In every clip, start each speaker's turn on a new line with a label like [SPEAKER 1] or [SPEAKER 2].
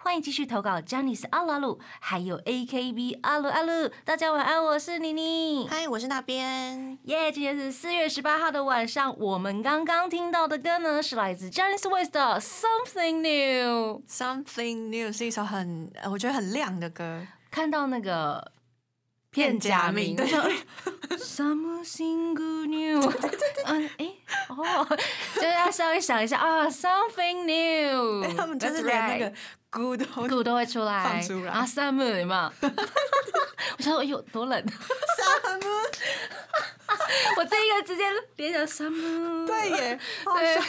[SPEAKER 1] 欢迎继续投稿 j a n i c e 阿鲁阿鲁，还有 AKB 阿鲁阿鲁。大家晚安，我是妮妮。
[SPEAKER 2] 嗨，我是那边。
[SPEAKER 1] 耶今天是四月十八号的晚上，我们刚刚听到的歌呢，是来自 j a n i c e West 的《Something New》。
[SPEAKER 2] Something New 是一首很呃我觉得很亮的歌，
[SPEAKER 1] 看到那个
[SPEAKER 2] 片假名
[SPEAKER 1] 片假
[SPEAKER 2] 对
[SPEAKER 1] 名 ，Something New，嗯，哎，哦，就是要稍微想一下啊，Something New，
[SPEAKER 2] 哎他们就是
[SPEAKER 1] That's
[SPEAKER 2] 连那
[SPEAKER 1] right
[SPEAKER 2] 个咕都
[SPEAKER 1] 鼓都会出来，
[SPEAKER 2] 放出来
[SPEAKER 1] 啊，Summer 嘛。 我想说，哎呦，多冷！
[SPEAKER 2] Summer
[SPEAKER 1] 我第一个直接联想 summer，
[SPEAKER 2] 对耶，好好
[SPEAKER 1] 对
[SPEAKER 2] 笑，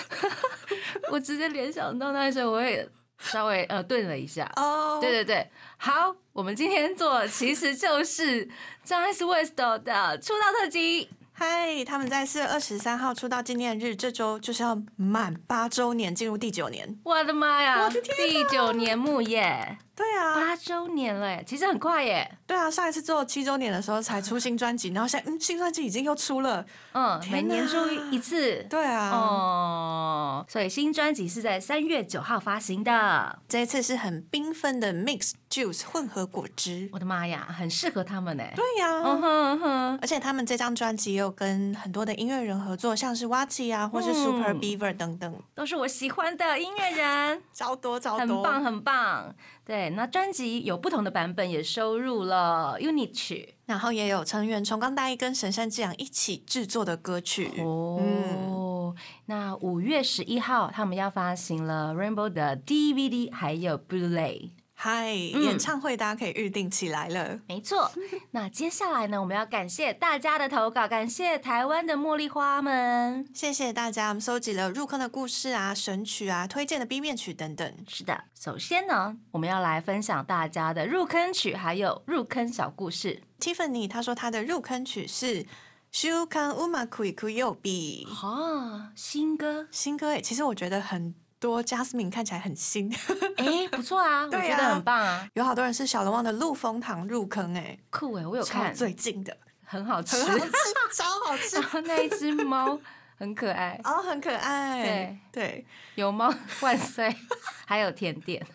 [SPEAKER 1] 我直接联想到那时候，我也稍微呃顿了一下。
[SPEAKER 2] 哦，
[SPEAKER 1] 对对对，好，我们今天做的其实就是张 S West 的出道特辑。
[SPEAKER 2] 嗨，他们在四月二十三号出道纪念日，这周就是要满八周年，进入第九年。
[SPEAKER 1] 我的妈呀！
[SPEAKER 2] 我的天
[SPEAKER 1] 第九年目耶，
[SPEAKER 2] 对啊，
[SPEAKER 1] 八周年了耶，其实很快耶。
[SPEAKER 2] 对啊，上一次做七周年的时候才出新专辑，然后现在嗯，新专辑已经又出了。
[SPEAKER 1] 嗯，每
[SPEAKER 2] 天哪
[SPEAKER 1] 年出一次。
[SPEAKER 2] 对啊，
[SPEAKER 1] 哦，所以新专辑是在三月九号发行的。
[SPEAKER 2] 这一次是很缤纷的 mix juice 混合果汁。
[SPEAKER 1] 我的妈呀，很适合他们呢。
[SPEAKER 2] 对啊呀、
[SPEAKER 1] 嗯哼嗯哼，
[SPEAKER 2] 而且他们这张专辑也有跟很多的音乐人合作，像是 Wachi 啊，或是
[SPEAKER 1] 嗯
[SPEAKER 2] Super Beaver 等等，
[SPEAKER 1] 都是我喜欢的音乐人。
[SPEAKER 2] 超多超
[SPEAKER 1] 很
[SPEAKER 2] 多。
[SPEAKER 1] 棒，很棒。对，那专辑有不同的版本，也收入了 unit 曲
[SPEAKER 2] 然后也有成员重冈大一跟神山智洋一起制作的歌曲。嗯
[SPEAKER 1] 哦。那五月十一号，他们要发行了 Rainbow 的 DVD 还有 Blu-ray。
[SPEAKER 2] 嗨、
[SPEAKER 1] 嗯
[SPEAKER 2] 演唱会大家可以预定起来了。
[SPEAKER 1] 没 错，那接下来呢，我们要感谢大家的投稿，感谢台湾的茉莉花们。
[SPEAKER 2] 谢谢大家，我们收集了入坑的故事啊、神曲啊、推荐的 B 面曲等等。
[SPEAKER 1] 是的，首先呢，我们要来分享大家的入坑曲，还有入坑小故事。
[SPEAKER 2] Tiffany 她说她的入坑曲是《Shu Kan Uma Kui Kui Yo Bi》
[SPEAKER 1] 哦，新歌，
[SPEAKER 2] 新歌欸诶，其实我觉得很多 Jasmine 看起来很新，
[SPEAKER 1] 哎，不错啊，我
[SPEAKER 2] 对啊
[SPEAKER 1] 觉得很棒啊。
[SPEAKER 2] 有好多人是小龙王的陆丰堂入坑欸诶，
[SPEAKER 1] 酷哎，我有
[SPEAKER 2] 超
[SPEAKER 1] 看，
[SPEAKER 2] 最近的，
[SPEAKER 1] 很好吃
[SPEAKER 2] 很，好吃，超好吃
[SPEAKER 1] 然，后 那一只猫很可爱，
[SPEAKER 2] 哦，很可爱，对
[SPEAKER 1] 有猫万岁， 还有甜点，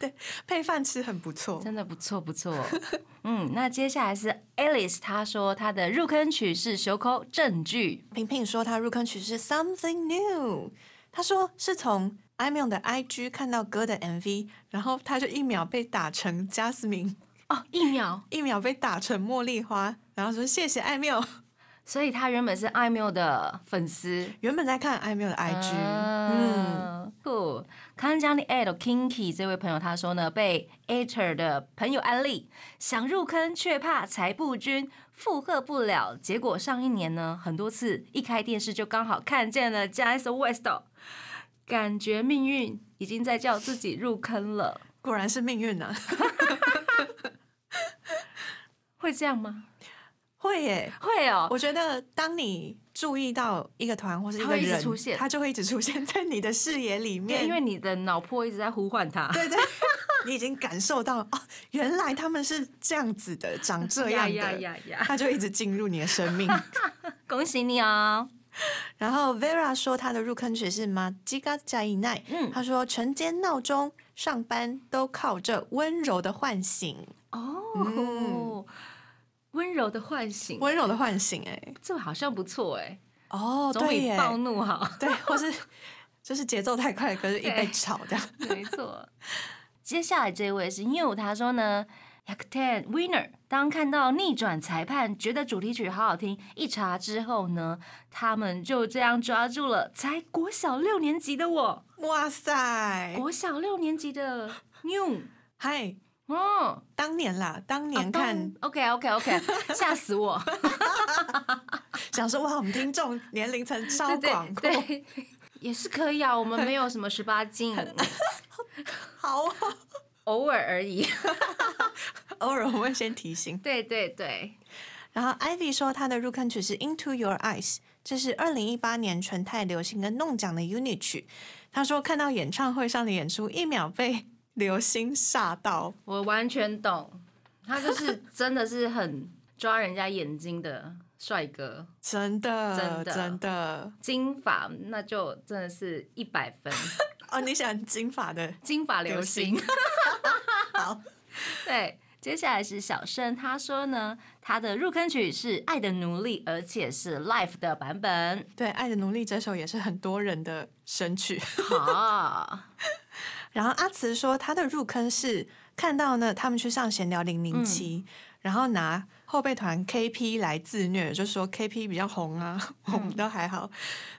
[SPEAKER 2] 配饭吃很不错。
[SPEAKER 1] 真的不错不错。嗯，那接下来是 Alice，她说她的入坑曲是《袖口证据
[SPEAKER 2] 平平说他入坑曲是 Something New，他说是从 i m o n 的 IG 看到歌的 MV，然后他就一秒被打成 Jasmine，》
[SPEAKER 1] 哦，一秒，
[SPEAKER 2] 一秒被打成茉莉花，然后说谢谢艾缪。
[SPEAKER 1] 所以她原本是艾缪的粉丝。
[SPEAKER 2] 原本在看艾缪的 IG，、嗯，
[SPEAKER 1] 嗯，酷。康佳丽 a d Kinky 这位朋友他说呢，被 Ater 的朋友安利，想入坑却怕财不均，负荷不了。结果上一年呢，很多次一开电视就刚好看见了 j a s West，哦感觉命运已经在叫自己入坑了，
[SPEAKER 2] 果然是命运啊！
[SPEAKER 1] 会这样吗？
[SPEAKER 2] 会耶，
[SPEAKER 1] 会哦。
[SPEAKER 2] 我觉得当你注意到一个团或是一
[SPEAKER 1] 它
[SPEAKER 2] 个
[SPEAKER 1] 会一直
[SPEAKER 2] 人，
[SPEAKER 1] 出现
[SPEAKER 2] 它就会一直出现在你的视野里面，
[SPEAKER 1] 因为你的脑波一直在呼唤他，
[SPEAKER 2] 对对，你已经感受到哦，原来他们是这样子的，长这样
[SPEAKER 1] 呀
[SPEAKER 2] 的，
[SPEAKER 1] 呀呀呀！
[SPEAKER 2] 他就一直进入你的生 命。
[SPEAKER 1] 恭喜你哦！
[SPEAKER 2] 然后 Vera 说她的入坑曲是《马吉嘎加伊奈》，
[SPEAKER 1] 嗯
[SPEAKER 2] 她说晨间闹钟、上班都靠着温柔的唤醒，
[SPEAKER 1] 哦，温柔的唤醒，
[SPEAKER 2] 嗯温柔的唤醒、哎，
[SPEAKER 1] 这好像不错哎，
[SPEAKER 2] 哦，
[SPEAKER 1] 总
[SPEAKER 2] 对
[SPEAKER 1] 比
[SPEAKER 2] 耶，
[SPEAKER 1] 暴怒 好。
[SPEAKER 2] 对，或是就是节奏太快，可是一被
[SPEAKER 1] 对
[SPEAKER 2] 吵 这样。
[SPEAKER 1] 没错。接下来这位是 New，他说呢 y a k t e n Winner。当看到逆转裁判，觉得主题曲好好听，一查之后呢，他们就这样抓住了才国小六年级的我，
[SPEAKER 2] 哇塞，
[SPEAKER 1] 国小六年级的 New，
[SPEAKER 2] 嗨，
[SPEAKER 1] 哦，
[SPEAKER 2] 当年啦，当
[SPEAKER 1] 啊
[SPEAKER 2] 年看，
[SPEAKER 1] ，OK OK OK，吓 死我，
[SPEAKER 2] 想说哇，我们听众年龄层超
[SPEAKER 1] 对
[SPEAKER 2] 广
[SPEAKER 1] 对
[SPEAKER 2] 阔，
[SPEAKER 1] 对，也是可以啊，我们没有什么十 八禁，
[SPEAKER 2] 好、哦，
[SPEAKER 1] 偶尔而已。
[SPEAKER 2] 偶尔我会先提醒。
[SPEAKER 1] 对对对，
[SPEAKER 2] 然后 Ivy 说她的入坑曲是《Into Your Eyes》，这是二零一八年纯泰流行跟弄奖的 UNI 曲。她说看到演唱会上的演出，一秒被流星吓到。
[SPEAKER 1] 我完全懂，他就是真的是很抓人家眼睛的帅哥，
[SPEAKER 2] 真的，
[SPEAKER 1] 真的
[SPEAKER 2] 真的
[SPEAKER 1] 金发那就真的是一百 分，
[SPEAKER 2] 哦！你想金发的
[SPEAKER 1] 金发流
[SPEAKER 2] 流
[SPEAKER 1] 行
[SPEAKER 2] 行。 好，
[SPEAKER 1] 对，接下来是小盛，他说呢，他的入坑曲是《爱的奴隶》，而且是 Live 的版本。
[SPEAKER 2] 对，《爱的奴隶》这首也是很多人的神曲。
[SPEAKER 1] 好，
[SPEAKER 2] 然后阿慈说他的入坑是看到呢，他们去上闲聊零零
[SPEAKER 1] 嗯
[SPEAKER 2] 七，然后拿后备团 KP 来自虐，就说 KP 比较红啊， 我
[SPEAKER 1] 嗯
[SPEAKER 2] 们都还好。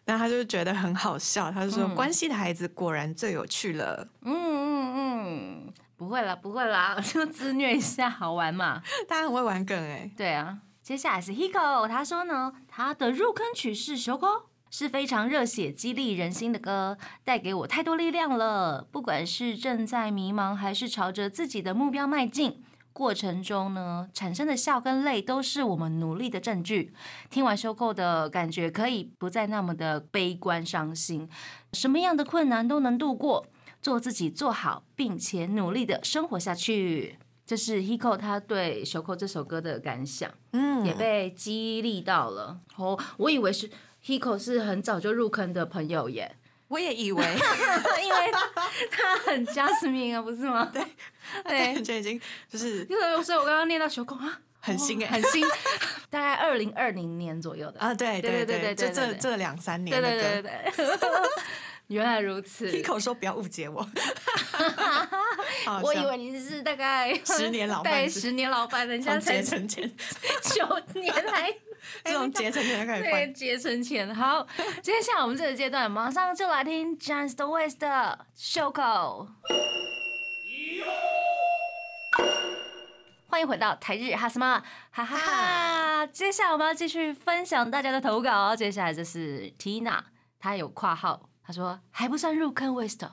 [SPEAKER 2] 那他就觉得很好笑，他就说、关系的孩子果然最有趣了。
[SPEAKER 1] 嗯嗯嗯，不会啦，不会啦， 就自虐一下好玩嘛。
[SPEAKER 2] 大家很会玩梗哎、
[SPEAKER 1] 对啊，接下来是 Hiko，他说呢，他的入坑曲是《小狗》，是非常热血、激励人心的歌，带给我太多力量了。不管是正在迷茫，还是朝着自己的目标迈进。过程中呢，产生的笑跟泪都是我们努力的证据。听完收购的感觉，可以不再那么的悲观伤心，什么样的困难都能度过，做自己做好，并且努力的生活下去。这是 Hiko 他对《小扣》这首歌的感想。也
[SPEAKER 2] 嗯，
[SPEAKER 1] 被激励到了。哦，我以为是 Hiko 是很早就入坑的朋友耶，
[SPEAKER 2] 我也以为，
[SPEAKER 1] 因为他很 Jasmine 啊，不是吗？对，对。
[SPEAKER 2] 这已经 就是
[SPEAKER 1] 因为所以我刚刚念到小孔啊，
[SPEAKER 2] 很新哎、
[SPEAKER 1] 很新，大概二零二零年左右的。
[SPEAKER 2] 啊，对
[SPEAKER 1] 对对
[SPEAKER 2] 对
[SPEAKER 1] 对对
[SPEAKER 2] 就
[SPEAKER 1] 对
[SPEAKER 2] 这
[SPEAKER 1] 对
[SPEAKER 2] 这两三
[SPEAKER 1] 对
[SPEAKER 2] 年的
[SPEAKER 1] 对
[SPEAKER 2] 歌。
[SPEAKER 1] 对对对， 原来如此。
[SPEAKER 2] Kiko 说不要 误解我，好好
[SPEAKER 1] 我
[SPEAKER 2] 笑
[SPEAKER 1] 以为你是大概
[SPEAKER 2] 十年老
[SPEAKER 1] 对，
[SPEAKER 2] 贩子
[SPEAKER 1] 十年老板，人家
[SPEAKER 2] 从
[SPEAKER 1] 才
[SPEAKER 2] 结成前，
[SPEAKER 1] 九年还
[SPEAKER 2] 这种结成前就开始
[SPEAKER 1] 哎对，
[SPEAKER 2] 换。
[SPEAKER 1] 结成前。好，接下来我们这个阶段马上就来听 James the West 的《袖口》。欢迎回到台日哈什么哈哈哈！接下来我们要继续分享大家的投稿哦。接下来这是 Tina，她有括号，她说还不算入坑 West，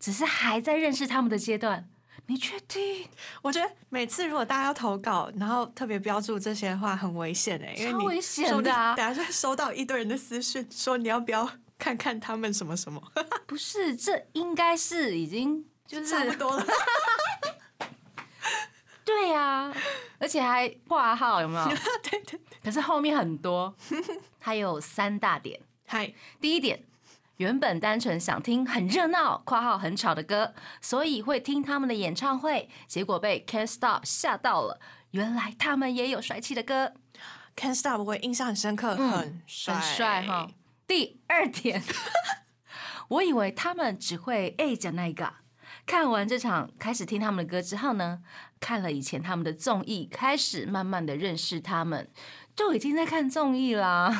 [SPEAKER 1] 只是还在认识他们的阶段。你确定？啊
[SPEAKER 2] 我觉得每次如果大家要投稿，然后特别标注这些的话，很危险哎、因为
[SPEAKER 1] 超
[SPEAKER 2] 你
[SPEAKER 1] 危险
[SPEAKER 2] 说不定
[SPEAKER 1] 的啊
[SPEAKER 2] 等下就会收到一堆人的私讯，说你要不要看看他们什么什么，
[SPEAKER 1] 不是，这应该是已经就是
[SPEAKER 2] 差不多了。
[SPEAKER 1] 对呀、而且还挂号有没有？
[SPEAKER 2] 对对对，
[SPEAKER 1] 可是后面很多，它有三大点。
[SPEAKER 2] 嗨，
[SPEAKER 1] 第一点，原本单纯想听很热闹（括号很吵）的歌，所以会听他们的演唱会，结果被 Can't Stop 吓到了。原来他们也有帅气的歌，
[SPEAKER 2] Can't Stop，我也印象很深刻，
[SPEAKER 1] 嗯
[SPEAKER 2] 很帅，
[SPEAKER 1] 很帅哈。。第二点，我以为他们只会 A 讲那一个。看完这场，开始听他们的歌之后呢，看了以前他们的综艺，开始慢慢的认识他们，都已经在看综艺啦。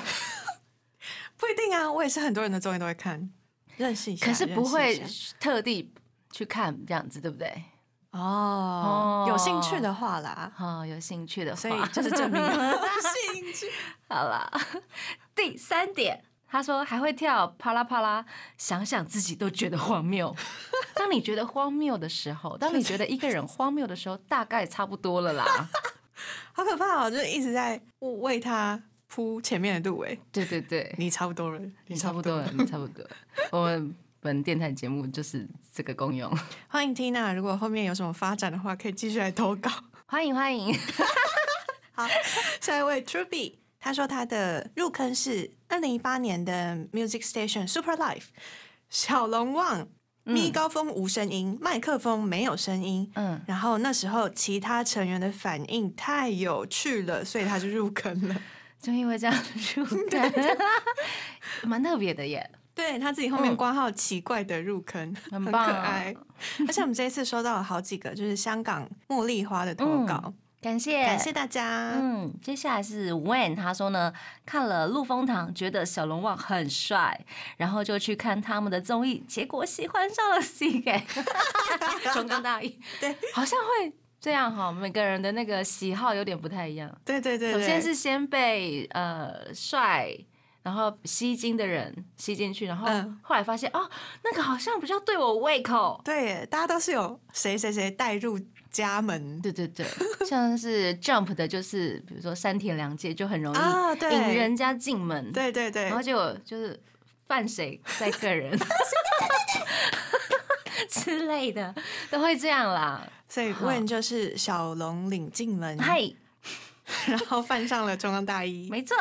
[SPEAKER 2] 不一定啊，我也是很多人的综艺都会看，认识一下，
[SPEAKER 1] 可是不
[SPEAKER 2] 认
[SPEAKER 1] 会
[SPEAKER 2] 识一下
[SPEAKER 1] 特地去看这样子，对不对？
[SPEAKER 2] 哦
[SPEAKER 1] 哦。
[SPEAKER 2] 有兴趣的话啦，
[SPEAKER 1] 哦，有兴趣的话，
[SPEAKER 2] 所以就是证明有兴趣。
[SPEAKER 1] 好了。 第三点，他说还会跳啪啦啪啦，想想自己都觉得荒 谬。当你觉得荒谬的时候，当你觉得一个人荒谬的时候，大概差不多了 啦。
[SPEAKER 2] 好可怕哦！就是一直在为他铺前面的路哎，
[SPEAKER 1] 对对对，
[SPEAKER 2] 你差不多了，
[SPEAKER 1] 你差不多了，你差不多了。我们本电台节目就是这个功用，
[SPEAKER 2] 欢迎 Tina，如果后面有什么发展的话，可以继续来投稿。
[SPEAKER 1] 欢迎欢迎。
[SPEAKER 2] 好， 下一位 Truby，他说他的入坑是二零一八年的 Music Station Super Life，小龙旺。咪高峰无声音，麦克风没有声音。
[SPEAKER 1] 嗯
[SPEAKER 2] 嗯，然后那时候其他成员的反应太有趣了，所以他就入 坑了。
[SPEAKER 1] 就因为这样 入坑，蛮特别的耶。
[SPEAKER 2] 对他自己后面
[SPEAKER 1] 嗯
[SPEAKER 2] 挂号奇怪的入坑，
[SPEAKER 1] 很
[SPEAKER 2] 很可
[SPEAKER 1] 棒啊
[SPEAKER 2] 爱。而且我们这一次收到了好几个，就是香港茉莉花的投稿，
[SPEAKER 1] 感谢
[SPEAKER 2] 感谢大家。
[SPEAKER 1] 嗯，接下来是 When 他说呢，看了陆丰堂，觉得小龙旺很帅，然后就去看他们的综艺，结果喜欢上了 C 给，中冈大意，
[SPEAKER 2] 对，
[SPEAKER 1] 好像会这样哈，每个人的那个喜好有点不太一样，
[SPEAKER 2] 对对对
[SPEAKER 1] 有
[SPEAKER 2] 对，
[SPEAKER 1] 些是先被呃帅。然后吸睛的人吸进去，然后
[SPEAKER 2] 嗯
[SPEAKER 1] 后来发现、哦，那个好像比较对我胃口，
[SPEAKER 2] 对耶，大家都是有谁谁谁带入家门
[SPEAKER 1] 对对对，像是 Jump 的，就是比如说山田凉介，就很容易
[SPEAKER 2] 啊对
[SPEAKER 1] 引人家进门，
[SPEAKER 2] 对对对
[SPEAKER 1] 然，后就就是犯谁在个人 之类的，都会这样啦。
[SPEAKER 2] 所以问就是小龙领进门，
[SPEAKER 1] 嗨，
[SPEAKER 2] 然后犯上了中央大衣。
[SPEAKER 1] 没错，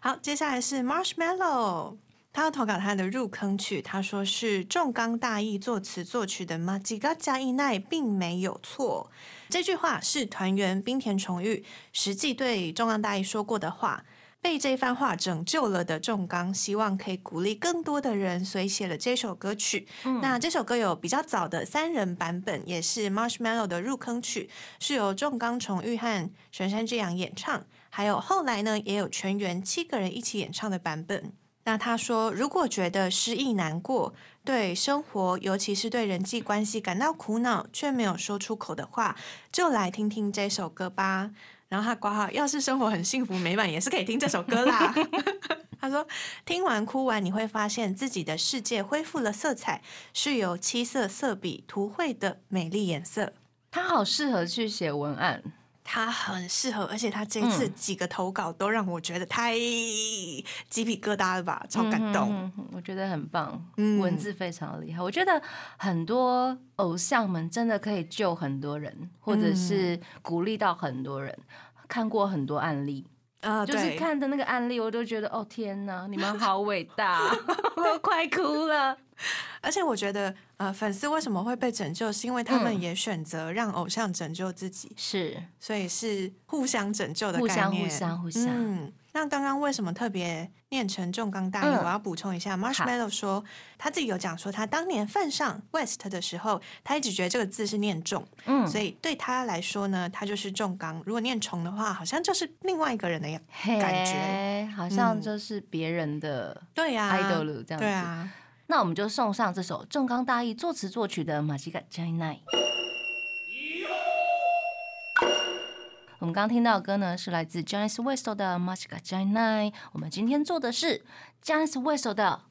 [SPEAKER 2] 好，接下来是 Marshmallow，他要投稿他的入坑曲，他说是重冈大义作词作曲的马吉嘎加一奈，并没有错。这句话是团员冰田崇裕实际对重冈大义说过的话。被这番话拯救了的重冈，希望可以鼓励更多的人，所以写了这首歌曲。那这首歌有比较早的三人版本，也是 Marshmallow 的入坑曲，是由重冈崇裕和神山之洋演唱，还有后来呢也有全员七个人一起演唱的版本。那他说，如果觉得失意难过，对生活，尤其是对人际关系感到苦恼却没有说出口的话，就来听听这首歌吧。然后他挂号，要是生活很幸福美满，也是可以听这首歌啦。 他说，听完哭完，你会发现自己的世界恢复了色彩，是由七色色笔涂绘的美丽颜色。
[SPEAKER 1] 他好适合去写文案，
[SPEAKER 2] 他很适合，而且他这一次
[SPEAKER 1] 嗯
[SPEAKER 2] 几个投稿都让我觉得太鸡皮疙瘩了吧，超感动。
[SPEAKER 1] 嗯哼哼哼我觉得很棒，
[SPEAKER 2] 嗯
[SPEAKER 1] 文字非常厉害。我觉得很多偶像们真的可以救很多人，或
[SPEAKER 2] 嗯
[SPEAKER 1] 者是鼓励到很多人。看过很多案例，
[SPEAKER 2] 啊、
[SPEAKER 1] 就
[SPEAKER 2] 对，
[SPEAKER 1] 是看的那个案例，我都觉得哦天哪，你们好伟大， 我快哭了。
[SPEAKER 2] 而且我觉得，呃，粉丝为什么会被拯救，是因为他们
[SPEAKER 1] 嗯
[SPEAKER 2] 也选择让偶像拯救自己，
[SPEAKER 1] 是，
[SPEAKER 2] 所以是互相拯救的
[SPEAKER 1] 互
[SPEAKER 2] 概
[SPEAKER 1] 相
[SPEAKER 2] 念
[SPEAKER 1] 互相互相
[SPEAKER 2] 嗯，那刚刚为什么特别念成重冈大义？
[SPEAKER 1] 嗯
[SPEAKER 2] 我要补充一下，Marshmallow 说他自己有讲说，他当年犯上 West 的时候，他一直觉得这个字是念重，
[SPEAKER 1] 嗯，
[SPEAKER 2] 所以对他来说呢，他就是重冈。如果念重的话，好像就是另外一个人的样。感觉
[SPEAKER 1] 嘿好像
[SPEAKER 2] 嗯
[SPEAKER 1] 就是别人的
[SPEAKER 2] 对呀、
[SPEAKER 1] idol 这样子。
[SPEAKER 2] 对啊，
[SPEAKER 1] 那我们就送上这首重冈大义作词作曲的《马吉嘎加奈》。我们刚刚听到的歌呢，是来自 j a n i c e West 的《马吉嘎加奈》。我们今天做的是 j a n i c e West 的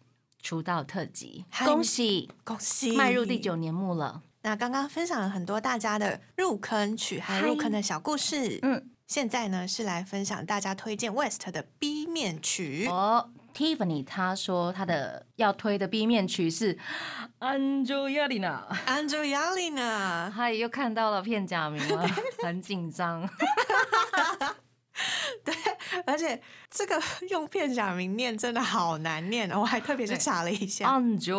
[SPEAKER 1] 出道特辑，
[SPEAKER 2] 嗨
[SPEAKER 1] 恭喜
[SPEAKER 2] 恭喜
[SPEAKER 1] 迈入第九年目了。
[SPEAKER 2] 那刚刚分享了很多大家的入坑曲和
[SPEAKER 1] 嗨
[SPEAKER 2] 入坑的小故事，
[SPEAKER 1] 嗯，
[SPEAKER 2] 现在呢是来分享大家推荐 West 的 B 面曲。
[SPEAKER 1] 哦、Tiffany 她说她的要推的 B 面曲是《Angelina》。
[SPEAKER 2] Andrew 啊 Yalina，
[SPEAKER 1] 嗨，又看到了片假名 了，很紧张。
[SPEAKER 2] 而且这个用片假名念真的好难念哦，我还特别去查了一下，
[SPEAKER 1] Angelina，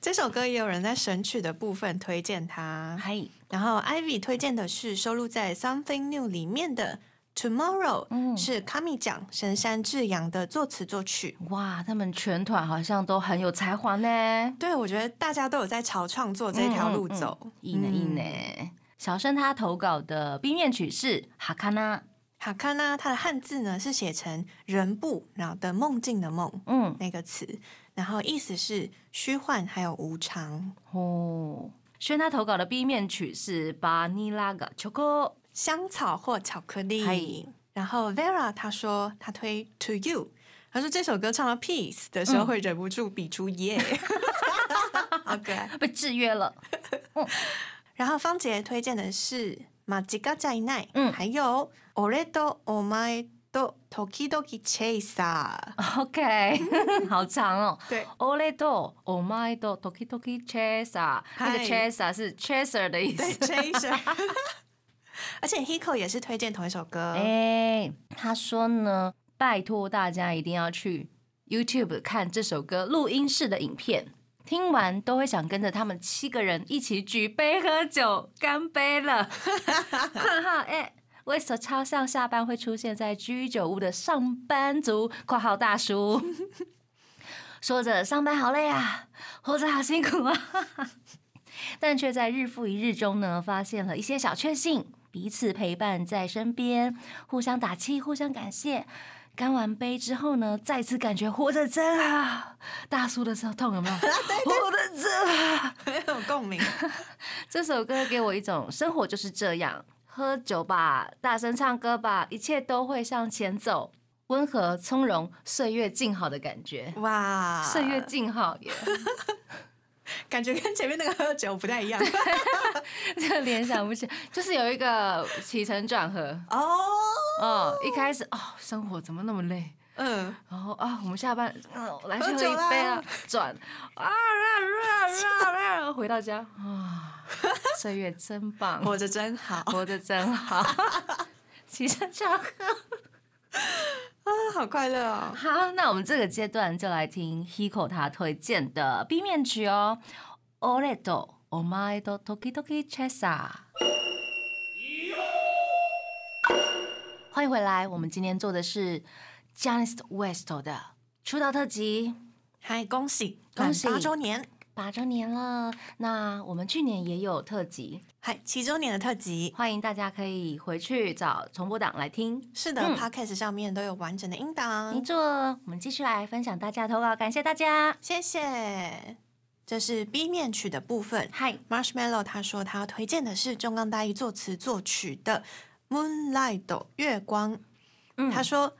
[SPEAKER 2] 这首歌也有人在神曲的部分推荐它。
[SPEAKER 1] 嗨，
[SPEAKER 2] 然后 Ivy 推荐的是收录在《Something New》里面的《Tomorrow》，
[SPEAKER 1] 嗯
[SPEAKER 2] 是 Kami 奖神山智洋的作词作曲。
[SPEAKER 1] 哇，他们全团好像都很有才华呢。
[SPEAKER 2] 对，我觉得大家都有在朝创作这条路走。
[SPEAKER 1] 一
[SPEAKER 2] 嗯
[SPEAKER 1] 呢一呢。小生他投稿的 B 面曲是《哈卡纳》，
[SPEAKER 2] 好看呢，它的汉字呢是写成“人不”，然后的梦境的梦
[SPEAKER 1] 嗯，
[SPEAKER 2] 那个词，然后意思是虚幻还有无常。
[SPEAKER 1] 哦。轩他投稿的 B 面曲是《巴尼拉个秋哥
[SPEAKER 2] 香草或巧克力
[SPEAKER 1] 嗨。
[SPEAKER 2] 然后 Vera 她说她推 To You，她说这首歌唱到 Peace 的
[SPEAKER 1] 嗯
[SPEAKER 2] 时候会忍不住比出耶、 好可爱。》，
[SPEAKER 1] 被制约了。
[SPEAKER 2] 然后芳姐推荐的是《马吉嘎在奈》，
[SPEAKER 1] 嗯
[SPEAKER 2] 还有《俺とお前と時々チェイサー》。
[SPEAKER 1] OK，好长哦。
[SPEAKER 2] 对，
[SPEAKER 1] Ole do, oh my do, toki toki chaser，那个
[SPEAKER 2] 嗨
[SPEAKER 1] chaser 是 chaser 的意
[SPEAKER 2] 对
[SPEAKER 1] 思。
[SPEAKER 2] ，Chaser。而且 Hiko 也是推荐同一首歌，
[SPEAKER 1] 哎、他说呢，拜托大家一定要去 YouTube 看这首歌录音室的影片，听完都会想跟着他们七个人一起举杯喝酒，干杯了。括号哎。为什么超像下班会出现在居酒屋的上班族（括号大叔）？说着上班好累啊，活着好辛苦啊，但却在日复一日中呢，发现了一些小确幸，彼此陪伴在身边，互相打气，互相感谢。干完杯之后呢，再次感觉活着真好。大叔的时候痛有没 有？活着真好。
[SPEAKER 2] 很有共鸣。
[SPEAKER 1] 这首歌给我一种生活就是这样，喝酒吧，大声唱歌吧，一切都会向前走，温和从容，岁月静好的感觉。啊
[SPEAKER 2] 哇，
[SPEAKER 1] 岁月静好耶！
[SPEAKER 2] 感觉跟前面那个喝酒不太一样。
[SPEAKER 1] 这联想不起，就是有一个起承转合。
[SPEAKER 2] 哦，
[SPEAKER 1] 哦，一开始哦，生活怎么那么累？
[SPEAKER 2] 嗯，
[SPEAKER 1] 然后啊，我们下班，嗯、我来去
[SPEAKER 2] 喝
[SPEAKER 1] 喝
[SPEAKER 2] 酒
[SPEAKER 1] 一杯
[SPEAKER 2] 啦
[SPEAKER 1] 啊，转啊啊啊啊啊！回到家啊，岁月真 棒，
[SPEAKER 2] 活着真好，
[SPEAKER 1] 活得真好。 起身唱歌。
[SPEAKER 2] 啊好快乐哦。
[SPEAKER 1] 好，那我们这个阶段就来听 Hiko 他推荐的 B 面曲哦，《俺とお前と時々チェサ》。欢迎回来，我们今天做的是 Janis West 的出道特辑。
[SPEAKER 2] 嗨，恭喜，
[SPEAKER 1] 恭
[SPEAKER 2] 满
[SPEAKER 1] 喜
[SPEAKER 2] 八周年，
[SPEAKER 1] 八周年了，那我们去年也有特辑，
[SPEAKER 2] 嗨，七周年的特辑。
[SPEAKER 1] 欢迎大家可以回去找重播档来听。
[SPEAKER 2] 是的、
[SPEAKER 1] 嗯
[SPEAKER 2] p o d c a s t 上面都有完整的音
[SPEAKER 1] 没
[SPEAKER 2] 档，
[SPEAKER 1] 错，我们继续来分享大家的投稿，感谢大家。
[SPEAKER 2] 谢谢。这是 B 面曲的部分。
[SPEAKER 1] 嗨，
[SPEAKER 2] Marshmallow 他说他要推荐的是中冈大一作词作曲的《Moonlight》月光。
[SPEAKER 1] 嗯
[SPEAKER 2] 他说，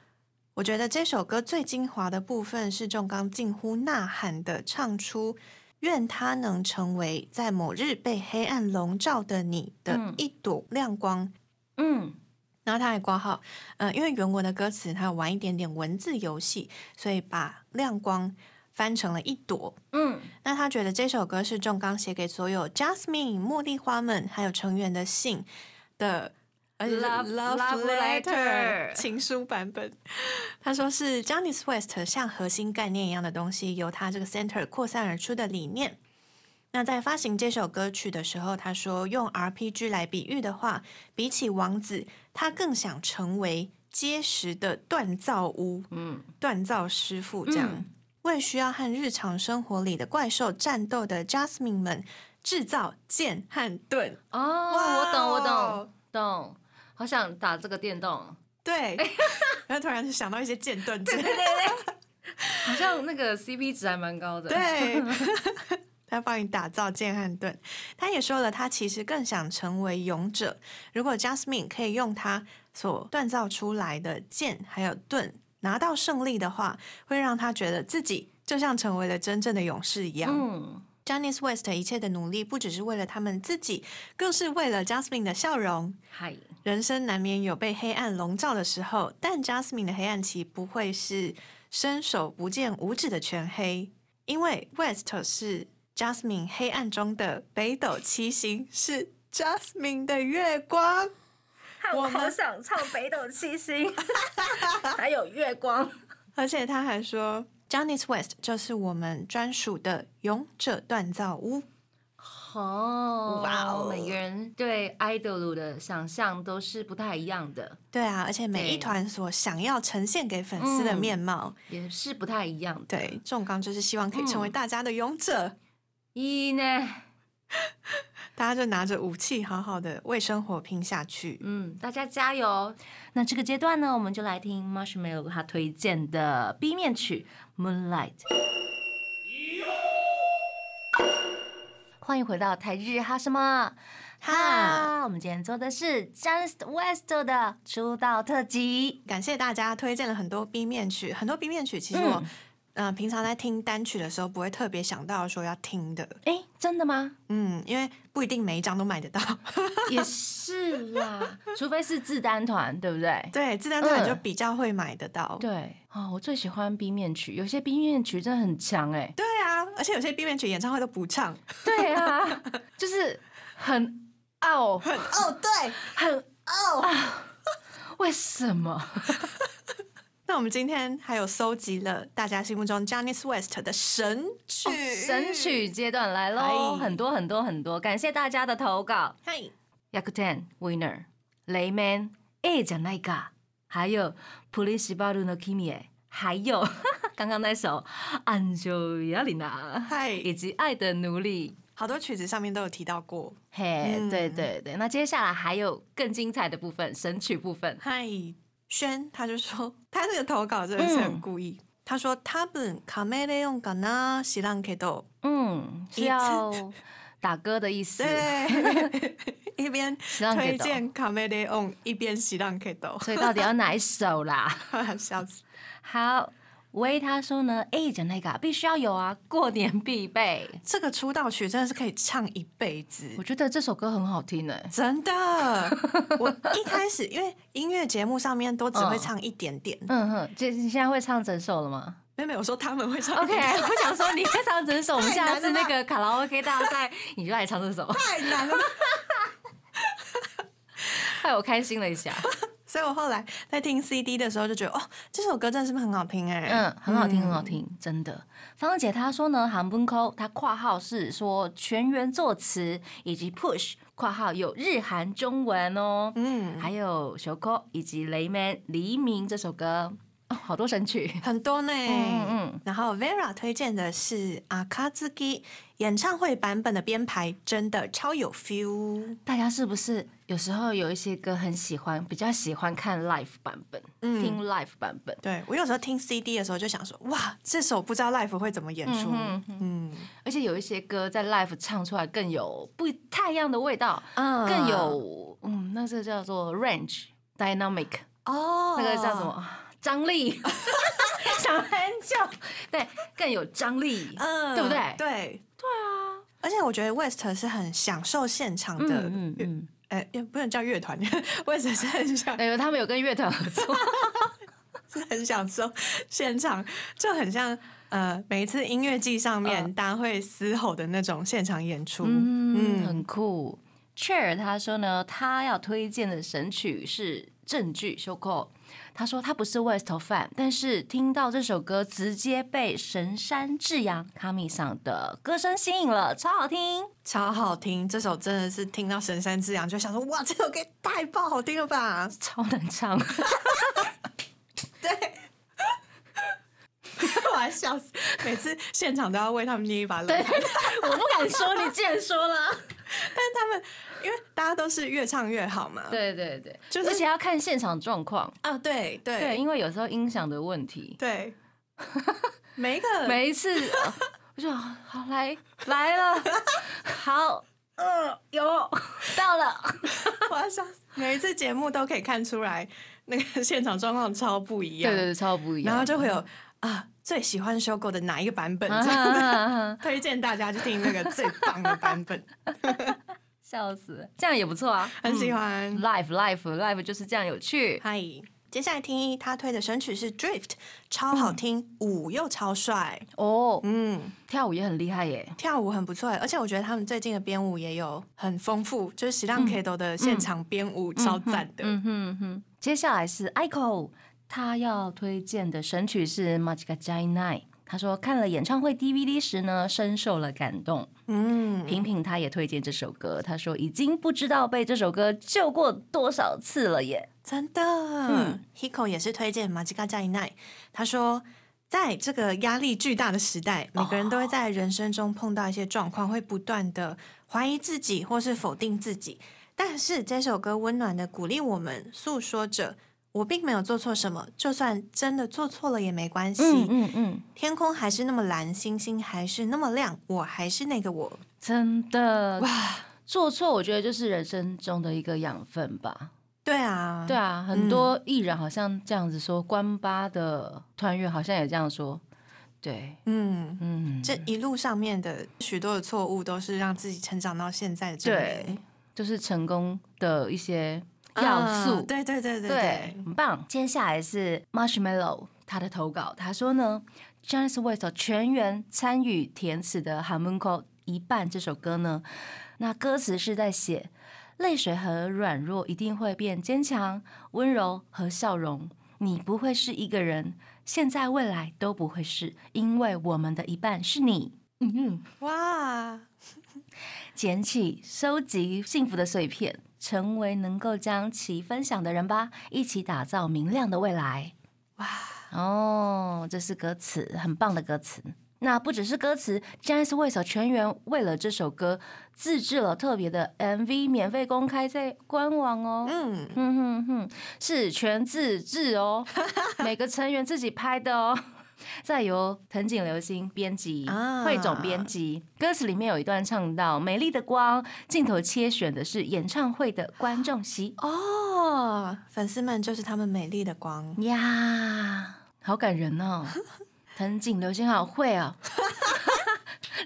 [SPEAKER 2] 我觉得这首歌最精华的部分是中冈近乎呐喊的唱出“愿它能成为在某日被黑暗笼罩的你的
[SPEAKER 1] 嗯
[SPEAKER 2] 一朵亮光”
[SPEAKER 1] 嗯
[SPEAKER 2] 然后他还挂号，呃，因为原文的歌词他有玩一点点文字游戏，所以把亮光翻成了一朵。
[SPEAKER 1] 嗯
[SPEAKER 2] 那他觉得这首歌是仲刚写给所有 Jasmine 茉莉花们还有成员的信的，而且是
[SPEAKER 1] Love- love letter
[SPEAKER 2] 情书版本。他说是 Johnny West 像核心概念一样的东西，由他这个 Center 扩散而出的理念。那在发行这首歌曲的时候，他说用 RPG 来比喻的话，比起王子，他更想成为结实的锻造屋。
[SPEAKER 1] 嗯，
[SPEAKER 2] 锻造师傅这样。
[SPEAKER 1] 嗯
[SPEAKER 2] 为需要和日常生活里的怪兽战斗的 Jasmine 们制造剑和盾。哦
[SPEAKER 1] 哦，我懂，我懂，，懂，好想打这个电动，
[SPEAKER 2] 对。然后突然就想到一些剑盾之类的，
[SPEAKER 1] 对对，好像那个 CP 值还蛮高的，，
[SPEAKER 2] 对。 他帮你打造剑和盾，他也说了，他其实更想成为勇者。如果 Jasmine 可以用他所锻造出来的剑还有盾拿到胜利的话，会让他觉得自己就像成为了真正的勇士一样。
[SPEAKER 1] 嗯
[SPEAKER 2] j a n i c e West 一切的努力不只是为了他们自己，更是为了 Jasmine 的笑容。
[SPEAKER 1] 嗨，
[SPEAKER 2] 人生难免有被黑暗笼罩的时候，但 Jasmine 的黑暗期不会是伸手不见五指的全黑，因为 West 是 Jasmine 黑暗中的北斗七星，是 Jasmine 的月光。我好
[SPEAKER 1] 想唱《北斗七星》， 还有月光，
[SPEAKER 2] 而且他还说 j a n i c e West 就是我们专属的勇者锻造屋。
[SPEAKER 1] 哦，
[SPEAKER 2] 哇哦
[SPEAKER 1] 每个人对 idol 的想象都是不太一样的，
[SPEAKER 2] 对啊，而且每一
[SPEAKER 1] 对
[SPEAKER 2] 团所想要呈现给粉丝的
[SPEAKER 1] 嗯
[SPEAKER 2] 面貌。
[SPEAKER 1] 也是不太一样的。
[SPEAKER 2] 对，仲刚就是希望可以成为
[SPEAKER 1] 嗯
[SPEAKER 2] 大家的勇者，
[SPEAKER 1] 一呢，
[SPEAKER 2] 大家就拿着武器，好好的为生活拼下去。
[SPEAKER 1] 嗯，大家加油。那这个阶段呢，我们就来听 Marshmallow 他推荐的 B 面曲《Moonlight》。欢迎回到台日哈什么哈？我们今天做的是 Just West 的出道特辑。
[SPEAKER 2] 感谢大家推荐了很多 B 面曲，很多 B 面曲其实我、
[SPEAKER 1] 嗯
[SPEAKER 2] 呃平常在听单曲的时候不会特别想到说要听的，
[SPEAKER 1] 哎，真的吗？
[SPEAKER 2] 嗯，因为不一定每一张都买得到。
[SPEAKER 1] 也是啦，除非是自单团，对不对？
[SPEAKER 2] 对，自然团
[SPEAKER 1] 嗯
[SPEAKER 2] 就比较会买得到。
[SPEAKER 1] 对哦，我最喜欢 B 面曲，有些 B 面曲真的很强哎、
[SPEAKER 2] 对啊，而且有些 B 面曲演唱会都不唱。
[SPEAKER 1] 对啊， 就是很 傲，
[SPEAKER 2] 哦，对，
[SPEAKER 1] 很
[SPEAKER 2] 哦。
[SPEAKER 1] 为什么？
[SPEAKER 2] 那我们今天还有搜集了大家心目中 j a n i c e West 的神曲，
[SPEAKER 1] 哦神曲阶段来喽，
[SPEAKER 2] 嗯哎
[SPEAKER 1] 很多很多很多，感谢大家的投稿。
[SPEAKER 2] 嗨。
[SPEAKER 1] Yakuten Winner、Layman、A じゃないか，还有 Police Baru no Kimi，耶还有 刚刚那首 Angel Yalina，
[SPEAKER 2] 嗨
[SPEAKER 1] 以及《爱的奴隶》。
[SPEAKER 2] 好多曲子上面都有提到过。
[SPEAKER 1] 嘿、
[SPEAKER 2] 嗯
[SPEAKER 1] 对对对，那接下来还有更精彩的部分，神曲部分。
[SPEAKER 2] 嗨，轩他就说他这个投稿真的是很故意。他说他本卡梅利用かな知らんけど，
[SPEAKER 1] 嗯，是
[SPEAKER 2] 一次
[SPEAKER 1] 要打歌的意思。
[SPEAKER 2] 对， 一边
[SPEAKER 1] 知らんけ
[SPEAKER 2] 推
[SPEAKER 1] ど
[SPEAKER 2] 荐卡梅利用，一边知らんけど，
[SPEAKER 1] 所以到底要哪一首啦？
[SPEAKER 2] 笑死。
[SPEAKER 1] 好，喂，他说呢，哎，讲那个啊必须要有啊，过年必备。
[SPEAKER 2] 这个出道曲真的是可以唱一辈子。
[SPEAKER 1] 我觉得这首歌很好听呢、
[SPEAKER 2] 真的，我一开始因为音乐节目上面都只会唱一点点，
[SPEAKER 1] 嗯哼，这你现在会唱整首了吗
[SPEAKER 2] 妹妹我说他们会唱一
[SPEAKER 1] ？OK，
[SPEAKER 2] 点点
[SPEAKER 1] 我想说你会唱整首，我们
[SPEAKER 2] 太
[SPEAKER 1] 下
[SPEAKER 2] 难
[SPEAKER 1] 次
[SPEAKER 2] 了
[SPEAKER 1] 那
[SPEAKER 2] 吧
[SPEAKER 1] 个卡拉 OK 大赛，你就来唱这首，
[SPEAKER 2] 太难了。
[SPEAKER 1] 害我开心了一下。
[SPEAKER 2] 所以我后来在听 CD 的时候就觉得，哦，这首歌真的是很好听哎、
[SPEAKER 1] 嗯，很好听，很好听，真的。芳姐她说呢，韩文扣她括号是说全员作词以及 push 括号有日韩中文哦，
[SPEAKER 2] 嗯，
[SPEAKER 1] 还有小 o 以及雷 man 黎明这首歌哦，好多神曲。
[SPEAKER 2] 很多呢。
[SPEAKER 1] 嗯嗯，
[SPEAKER 2] 然后 Vera 推荐的是阿卡兹基演唱会版本的编排，真的超有 feel。
[SPEAKER 1] 大家是不是有时候有一些歌很喜欢，比较喜欢看 live 版本，听 live 版本？
[SPEAKER 2] 对我有时候听 CD 的时候就想说，哇，这首不知道 Life 会怎么演出。
[SPEAKER 1] 嗯
[SPEAKER 2] 嗯
[SPEAKER 1] 而且有一些歌在 live 唱出来更有不太一样的味道，
[SPEAKER 2] 嗯
[SPEAKER 1] 更有嗯，那是叫做 range dynamic。
[SPEAKER 2] 哦，
[SPEAKER 1] 那个叫什么？啊张 力，想很久，对，更有张力，
[SPEAKER 2] 嗯，
[SPEAKER 1] 对不对？
[SPEAKER 2] 对对啊。而且我觉得 West 是很享受现场的，
[SPEAKER 1] 嗯嗯嗯，
[SPEAKER 2] 哎、也不能叫乐团 ，West 是很享
[SPEAKER 1] 哎呦，他们有跟乐团合作，
[SPEAKER 2] 是很享受现场，就很像呃每一次音乐季上面、
[SPEAKER 1] 嗯
[SPEAKER 2] 大家会嘶吼的那种现场演出。
[SPEAKER 1] 嗯，
[SPEAKER 2] 嗯
[SPEAKER 1] 很酷。Chair 他说呢，他要推荐的神曲是《证据》Shoko。他说他不是 West fan，但是听到这首歌直接被神山智洋 Kami 上的歌声吸引了，超好听。
[SPEAKER 2] 超好听，这首真的是听到神山之阳就想说，哇，这首歌太爆好听了吧！
[SPEAKER 1] 超难唱，
[SPEAKER 2] 对，我还笑死，每次现场都要为他们捏 一把冷汗，
[SPEAKER 1] 我不敢说，你既然说了，
[SPEAKER 2] 但是他们因为大家都是越唱越好嘛，
[SPEAKER 1] 对对对，
[SPEAKER 2] 啊就是
[SPEAKER 1] 而且要看现场状况，
[SPEAKER 2] 啊，对
[SPEAKER 1] 对，
[SPEAKER 2] 对
[SPEAKER 1] 因为有时候音响的问题，
[SPEAKER 2] 对，每一个
[SPEAKER 1] 每一 次、呃我就好好来来了，好，
[SPEAKER 2] 嗯
[SPEAKER 1] 呃，有到了，
[SPEAKER 2] 我要笑死，每一次节目都可以看出来那个现场状况超不
[SPEAKER 1] 对
[SPEAKER 2] 一样，
[SPEAKER 1] 对对，超不一样，
[SPEAKER 2] 然后就会有啊最喜欢修狗的哪一个版本
[SPEAKER 1] 啊
[SPEAKER 2] 这样 子。
[SPEAKER 1] 哈哈
[SPEAKER 2] 推荐大家去听那个最棒的版 本，
[SPEAKER 1] 笑死，这样也不错啊，
[SPEAKER 2] 很喜欢。
[SPEAKER 1] life life life 就是这样有趣，
[SPEAKER 2] 嗨，接下来听他推的神曲是《Drift》，超好
[SPEAKER 1] 嗯
[SPEAKER 2] 听，舞又超帅，
[SPEAKER 1] 哦，
[SPEAKER 2] 嗯，
[SPEAKER 1] 跳舞也很厉害耶，
[SPEAKER 2] 跳舞很不错，而且我觉得他们最近的编舞也有很丰富，就是喜浪 K 斗的现场编舞超赞的，
[SPEAKER 1] 嗯哼哼，接下来是 Ico，他要推荐的神曲是《Magic j i n i g h 他说看了演唱会 DVD 时呢，深受了感动。
[SPEAKER 2] 嗯，
[SPEAKER 1] 平平他也推荐这首歌，他说已经不知道被这首歌救过多少次了耶。
[SPEAKER 2] 真的。嗯，Hiko 也是推荐《马吉嘎加一奈》，他说。在这个压力巨大的时代，每个人都会在人生中碰到一些状况，会不断的怀疑自己或是否定自己。但是这首歌温暖的鼓励我们，诉说着我并没有做错什么，就算真的做错了也没关系，
[SPEAKER 1] 嗯嗯嗯，
[SPEAKER 2] 天空还是那么蓝，星星还是那么亮，我还是那个我。
[SPEAKER 1] 真的哇，做错我觉得就是人生中的一个养分吧。
[SPEAKER 2] 对啊，
[SPEAKER 1] 对啊，很多艺人好像这样子说，关八的团员好像也这样说。对，
[SPEAKER 2] 嗯，
[SPEAKER 1] 嗯，
[SPEAKER 2] 这一路上面的许多的错误，都是让自己成长到现在的这个人
[SPEAKER 1] 对，就是成功的一些要素。
[SPEAKER 2] 嗯对对对
[SPEAKER 1] 对
[SPEAKER 2] 对对，，
[SPEAKER 1] 很棒。接下来是 Marshmallow 他的投稿，他说呢 j a n i c e West 全员参与填词的《h a r m o n o 一半》这首歌呢，那歌词是在写泪水和软弱一定会变坚强、温柔和笑容，你不会是一个人，现在未来都不会是，因为我们的一半是你。嗯嗯。
[SPEAKER 2] 哇，
[SPEAKER 1] 捡起、收集幸福的碎片，成为能够将其分享的人吧，一起打造明亮的未来。哇哦，这是歌词，很棒的歌词。那不只是歌词，Janice West 全员为了这首歌自制了特别的 MV，免费公开在官网哦。
[SPEAKER 2] 嗯，
[SPEAKER 1] 哼哼哼，是全自制哦，每个成员自己拍的哦。再由藤井流星编辑、
[SPEAKER 2] 啊
[SPEAKER 1] 汇总编辑，歌词里面有一段唱到“美丽的光”，镜头切选的是演唱会的观众席
[SPEAKER 2] 哦，粉丝们就是他们美丽的光，
[SPEAKER 1] 呀。好感人 哦！藤井流星好会哦，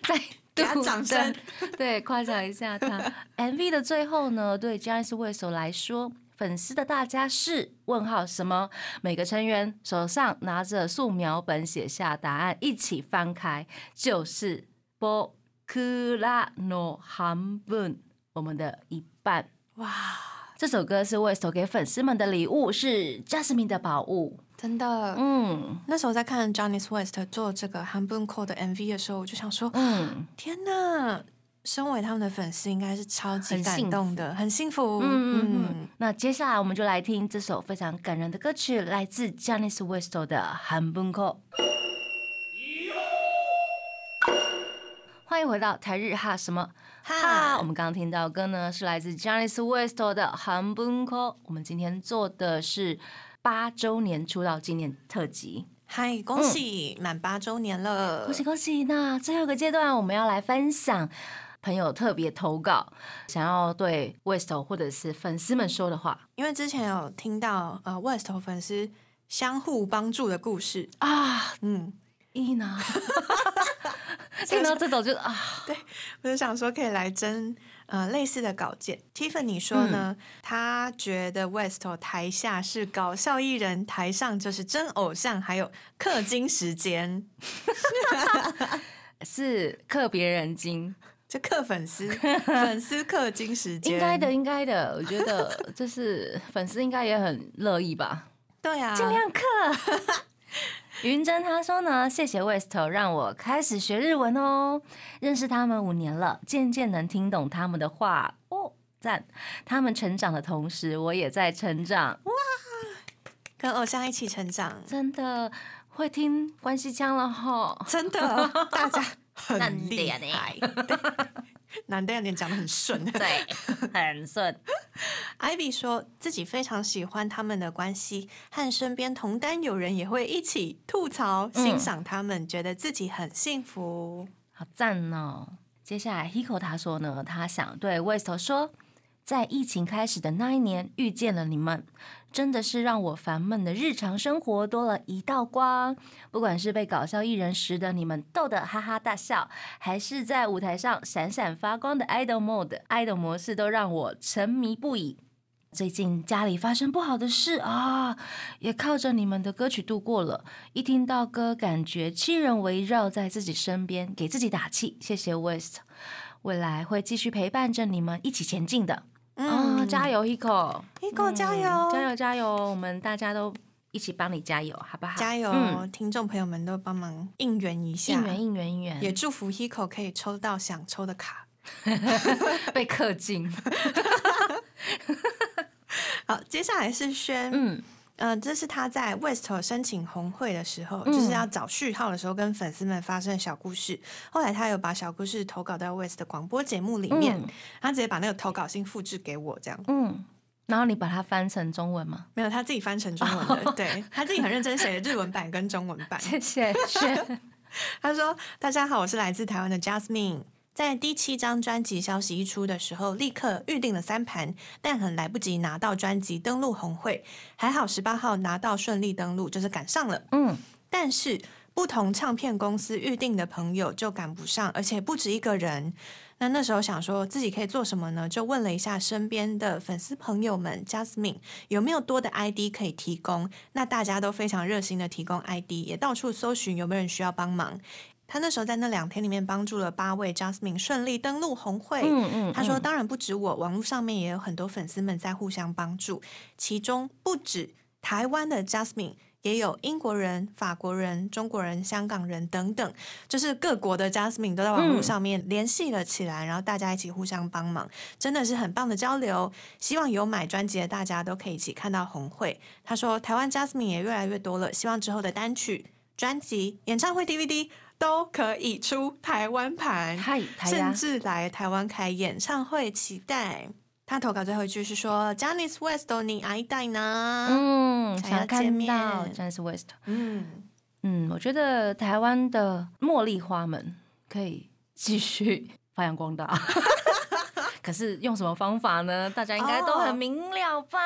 [SPEAKER 1] 再
[SPEAKER 2] 给他
[SPEAKER 1] 度
[SPEAKER 2] 掌
[SPEAKER 1] 地
[SPEAKER 2] 声，
[SPEAKER 1] 对，夸奖一下他。MV 的最后呢，对 j a n i c e w e s t 来说，粉丝的大家是问号什么？每个成员手上拿着素描本写下答案，一起翻开，就是“波库拉诺韩本”，我们的一半。
[SPEAKER 2] 哇，
[SPEAKER 1] 这首歌是 West 给粉丝们的礼物，是 Jasmine 的宝物。
[SPEAKER 2] 真的。
[SPEAKER 1] 嗯
[SPEAKER 2] 那时候在看 Johnny West 做这个 h a m b u n c o 的 MV 的时候，我就想说，
[SPEAKER 1] 嗯
[SPEAKER 2] 天呐，身为他们的粉丝，应该是超级
[SPEAKER 1] 很幸
[SPEAKER 2] 感动的，很幸福。
[SPEAKER 1] 嗯嗯嗯。那接下来我们就来听这首非常感人的歌曲，来自 Janice West 的《韩文课》。欢迎回到台日哈什么
[SPEAKER 2] 啊
[SPEAKER 1] 哈？我们刚刚听到的歌呢，是来自 Janice West 的《韩文课》。我们今天做的是八周年出道纪念特辑。
[SPEAKER 2] 嗨，恭喜满八周年了！
[SPEAKER 1] 嗯恭喜恭喜！那最后一个阶段，我们要来分享朋友特别投稿，想要对 West 或者是粉丝们说的话
[SPEAKER 2] 因为之前有听到呃 West 粉丝相互帮助的故事，
[SPEAKER 1] 啊。
[SPEAKER 2] 嗯，
[SPEAKER 1] 伊 娜，听到这种就啊，
[SPEAKER 2] 我就想说可以来征呃类似的稿件。Tiffany 说呢，
[SPEAKER 1] 嗯
[SPEAKER 2] 她觉得 West 台下是搞笑艺人，台上就是真偶像，还有氪金时间，
[SPEAKER 1] 是克别人精，
[SPEAKER 2] 就氪 粉丝，粉丝氪金时间，
[SPEAKER 1] 应该的，，应该的。我觉 得就是粉丝应该也很乐意吧，
[SPEAKER 2] 对啊，
[SPEAKER 1] 尽量克。 云珍她说呢，谢谢 West 让我开始学日文哦，认识他们五年了，渐渐能听懂他们的话哦，赞！他们成长的同时，我也在成长，
[SPEAKER 2] 跟偶像一起 成长，
[SPEAKER 1] 真的会听关西腔了吼。
[SPEAKER 2] 真的，大家很
[SPEAKER 1] 难欸得
[SPEAKER 2] 厉
[SPEAKER 1] 呀
[SPEAKER 2] 害。对难得有点讲的很顺。
[SPEAKER 1] 对，很顺。
[SPEAKER 2] Ivy 说自己非常喜欢他们的关系，和身边同担友人也会一起吐槽、欣赏他们，觉得自己很幸福。
[SPEAKER 1] 好赞哦！接下来，Hiko 他说呢，他想对 West 说，在疫情开始的那一年遇见了你们，真的是让我烦闷的日常生活多了一道光。不管是被搞笑艺人时的你们逗得哈哈大笑，还是在舞台上闪闪发光的 idol mode idol 模式，都让我沉迷不已。最近家里发生不好的事啊，也靠着你们的歌曲度过了。一听到歌，感觉亲人围绕在自己身边，给自己打气。谢谢 West，未来会继续陪伴着你们一起前进的。啊、加油，Hiko！嗯
[SPEAKER 2] ，Hiko 嗯加油，
[SPEAKER 1] 加油，加油！我们大家都一起帮你加油，好不好？
[SPEAKER 2] 加油！
[SPEAKER 1] 嗯，
[SPEAKER 2] 听众朋友们都帮忙应援一下，
[SPEAKER 1] 应援，应援，应
[SPEAKER 2] 也
[SPEAKER 1] 援！
[SPEAKER 2] 祝福 Hiko 可以抽到想抽的卡。
[SPEAKER 1] 被氪 金。
[SPEAKER 2] 好，接下来是轩，
[SPEAKER 1] 嗯，
[SPEAKER 2] 呃，这是他在 West 申请红会的时候，
[SPEAKER 1] 嗯
[SPEAKER 2] 就是要找序号的时候，跟粉丝们发生的小故事。后来他有把小故事投稿到 West 的广播节目里面，
[SPEAKER 1] 嗯
[SPEAKER 2] 他直接把那个投稿信复制给我，这样
[SPEAKER 1] 嗯，然后你把它翻成中文吗？
[SPEAKER 2] 没有他自己翻成中文的，
[SPEAKER 1] 哦
[SPEAKER 2] 对他自己很认真写的日文版跟中文版。
[SPEAKER 1] 谢谢轩。
[SPEAKER 2] 他说：“大家好，我是来自台湾的 Jasmine。在第七张专辑消息一出的时候，立刻预定了三盘，但很来不及拿到专辑登录红会，还好十八号拿到顺利登录，就是赶上了。”
[SPEAKER 1] 嗯，
[SPEAKER 2] 但是不同唱片公司预定的朋友就赶不上，而且不止一个人。那那时候想说自己可以做什么呢？就问了一下身边的粉丝朋友们，Jasmine 有没有多的 ID 可以提供？那大家都非常热心的提供 ID，也到处搜寻有没有人需要帮忙。他那时候在那两天里面帮助了八位 Jasmine 顺利登录红会。
[SPEAKER 1] 嗯嗯
[SPEAKER 2] 他说：“当然不止我，网络上面也有很多粉丝们在互相帮助，其中不止台湾的 Jasmine，也有英国人、法国人、中国人、香港人等等，就是各国的 Jasmine 都在
[SPEAKER 1] 嗯
[SPEAKER 2] 网络上面联系了起来，然后大家一起互相帮忙，真的是很棒的交流。希望有买专辑的大家都可以一起看到红会。他说，台湾 Jasmine 也越来越多了，希望之后的单曲、专辑、演唱会 DVD 都可以出台湾盘。
[SPEAKER 1] 嗨，台
[SPEAKER 2] 甚
[SPEAKER 1] 呀，
[SPEAKER 2] 至来台湾开演唱会，期待。他投稿最后一句是说：“Janice West，你爱戴呢
[SPEAKER 1] 嗯，
[SPEAKER 2] 想要
[SPEAKER 1] 想
[SPEAKER 2] 见
[SPEAKER 1] 看
[SPEAKER 2] 面
[SPEAKER 1] 到 j a n i c e West。？”
[SPEAKER 2] 嗯，
[SPEAKER 1] 嗯，我觉得台湾 的茉莉花们可以继续发扬光大，可是用什么方法呢？大家应该都很明了吧？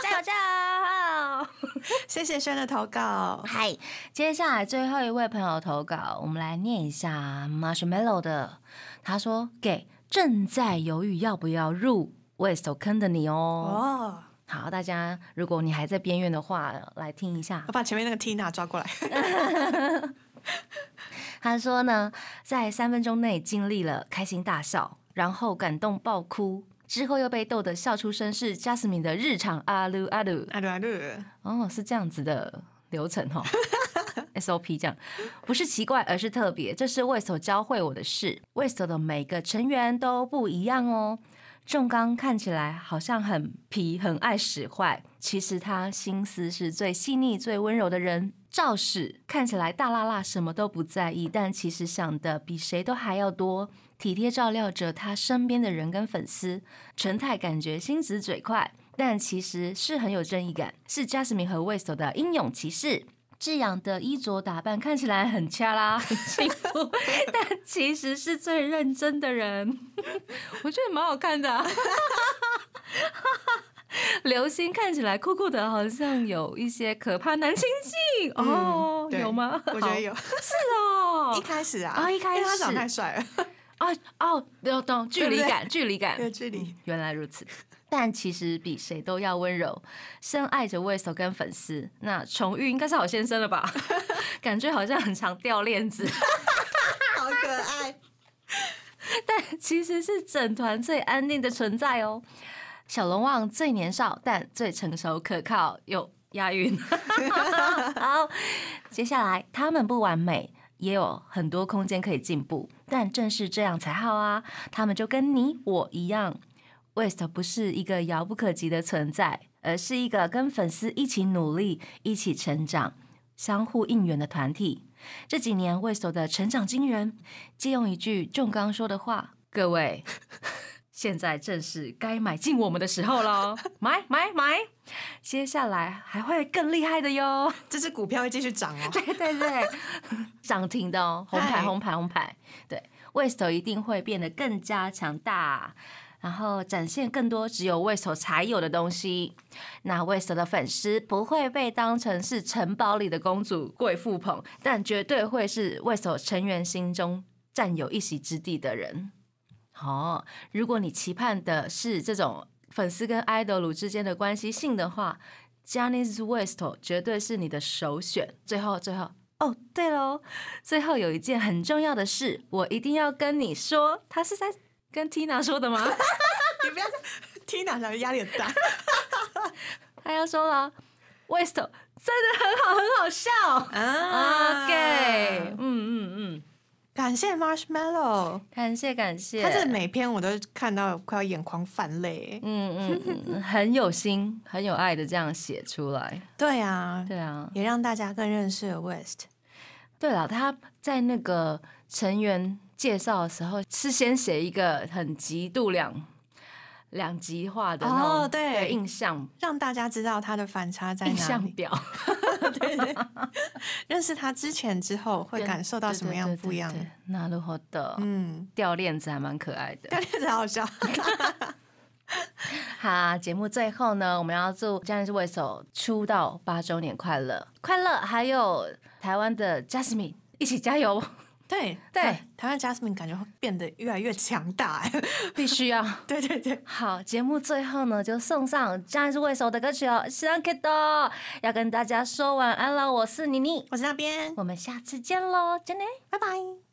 [SPEAKER 1] 加油加油！
[SPEAKER 2] 谢谢轩的投稿，
[SPEAKER 1] 嗨，接下来最后一位朋友投稿，我们来念一下 Marshmallow 的。他说：“给正在犹豫要不要入 West 坑的你哦。
[SPEAKER 2] 哦，
[SPEAKER 1] 好，大家如果你还在边缘的话，来听一下
[SPEAKER 2] 我。把前面那个 Tina 抓过来，
[SPEAKER 1] 他说呢，在三分钟内经历了开心大笑，然后感动爆哭，之后又被逗得笑出声，是 Jasmine 的日常阿鲁阿鲁。
[SPEAKER 2] 阿鲁阿鲁，
[SPEAKER 1] 哦，是这样子的流程哦。SOP 这样，不是奇怪，而是特别。这是 West 教会我的事。West 的每个成员都不一样哦。重刚看起来好像很皮，很爱使坏，其实他心思是最细腻、最温柔的人。赵使看起来大辣辣，什么都不在意，但其实想的比谁都还要多，体贴照料着他身边的人跟粉丝。陈泰感觉心直嘴快，但其实是很有正义感，是 Jasmine 和 West 的英勇骑士。志扬的衣着打扮看起来很恰啦，很幸福， 但其实是最认真的人。 我觉得蛮好看的、啊。 流星看起来酷酷的，好像有一些可怕男亲戚哦，
[SPEAKER 2] 嗯对
[SPEAKER 1] 有吗？
[SPEAKER 2] 我觉
[SPEAKER 1] 好
[SPEAKER 2] 得有，
[SPEAKER 1] 是哦，
[SPEAKER 2] 一开始啊，
[SPEAKER 1] 啊一开
[SPEAKER 2] 因为他
[SPEAKER 1] 始
[SPEAKER 2] 长太帅了，
[SPEAKER 1] 哦哦，有懂距
[SPEAKER 2] 对不
[SPEAKER 1] 离
[SPEAKER 2] 对
[SPEAKER 1] 感，距离感，
[SPEAKER 2] 有距离。
[SPEAKER 1] 原来如此，但其实比谁都要温柔，深爱着 West 跟粉丝。那崇玉应该是好先生了吧？ 感觉好像很常掉链子，
[SPEAKER 2] 好可爱，
[SPEAKER 1] 但 其实是整团最安定的存在哦。小龙旺最年少，但最成熟可靠，有押韵。好，接下来他们不完美，也有很多空间可以进步，但正是这样才好啊！他们就跟你我一样，West 不是一个遥不可及的存在，而是一个跟粉丝一起努力、一起成长、相互应援的团体。这几年 West 的成长惊人，借用一句仲刚说的话，各位。现在正是该买进我们的时候喽！买买买！接下来还会更厉害的哟。
[SPEAKER 2] 这只股票会继续涨 哦。
[SPEAKER 1] 对对 对，涨停的哦，红牌
[SPEAKER 2] 嗨
[SPEAKER 1] 红牌红牌，对，West 一定会变得更加强大，然后展现更多只有 West 才有的东西。那 West 的粉丝不会被当成是城堡里的公主贵妇捧，但绝对会是 West 成员心中占有一席之地的人。哦，如果你期盼的是这种粉丝跟 idol 之间的关系性的话，Janice West 绝对是你的首选。最后，最后，哦，对喽，最后有一件很重要的事，我一定要跟你说，他是在跟 Tina 说的吗？
[SPEAKER 2] 你不要再 Tina 小压力很大，
[SPEAKER 1] 他要说了，West 真的很好，很好笑。
[SPEAKER 2] 啊
[SPEAKER 1] OK，嗯嗯嗯，
[SPEAKER 2] 感谢 Marshmallow，
[SPEAKER 1] 感谢感谢，
[SPEAKER 2] 他这每篇我都看到快要眼眶泛泪。
[SPEAKER 1] 嗯嗯嗯，很有心，很有爱的这样写出来，
[SPEAKER 2] 对啊，
[SPEAKER 1] 对啊。
[SPEAKER 2] 也让大家更认识了 West。
[SPEAKER 1] 对了，他在那个成员介绍的时候，是先写一个很极度两两极化的那种、
[SPEAKER 2] 哦对
[SPEAKER 1] 印象
[SPEAKER 2] 让大家知道他的反差在
[SPEAKER 1] 印
[SPEAKER 2] 哪
[SPEAKER 1] 象
[SPEAKER 2] 里，
[SPEAKER 1] 表，
[SPEAKER 2] 对对，认识他之前之后会感受到什么样不一样
[SPEAKER 1] 对？对对对对那如何的，
[SPEAKER 2] 嗯，
[SPEAKER 1] 掉链子还蛮可爱的。
[SPEAKER 2] 但是好笑，
[SPEAKER 1] 好，节目最后呢，我们要祝 j a n i c e West 出道八周年快乐，快乐！还有台湾的 Jasmine 一起加油，
[SPEAKER 2] 对
[SPEAKER 1] 对
[SPEAKER 2] 台台湾 Jasmine 感觉会变得越来越强大， 哎
[SPEAKER 1] 必须要。
[SPEAKER 2] 对对对，
[SPEAKER 1] 好，节目最后呢，就送上 j a n i c e West 的歌曲哦，《s h a k i d o 要跟大家说晚安了，我是妮妮，
[SPEAKER 2] 我是那边，
[SPEAKER 1] 我们下次见喽，真的。
[SPEAKER 2] 拜拜。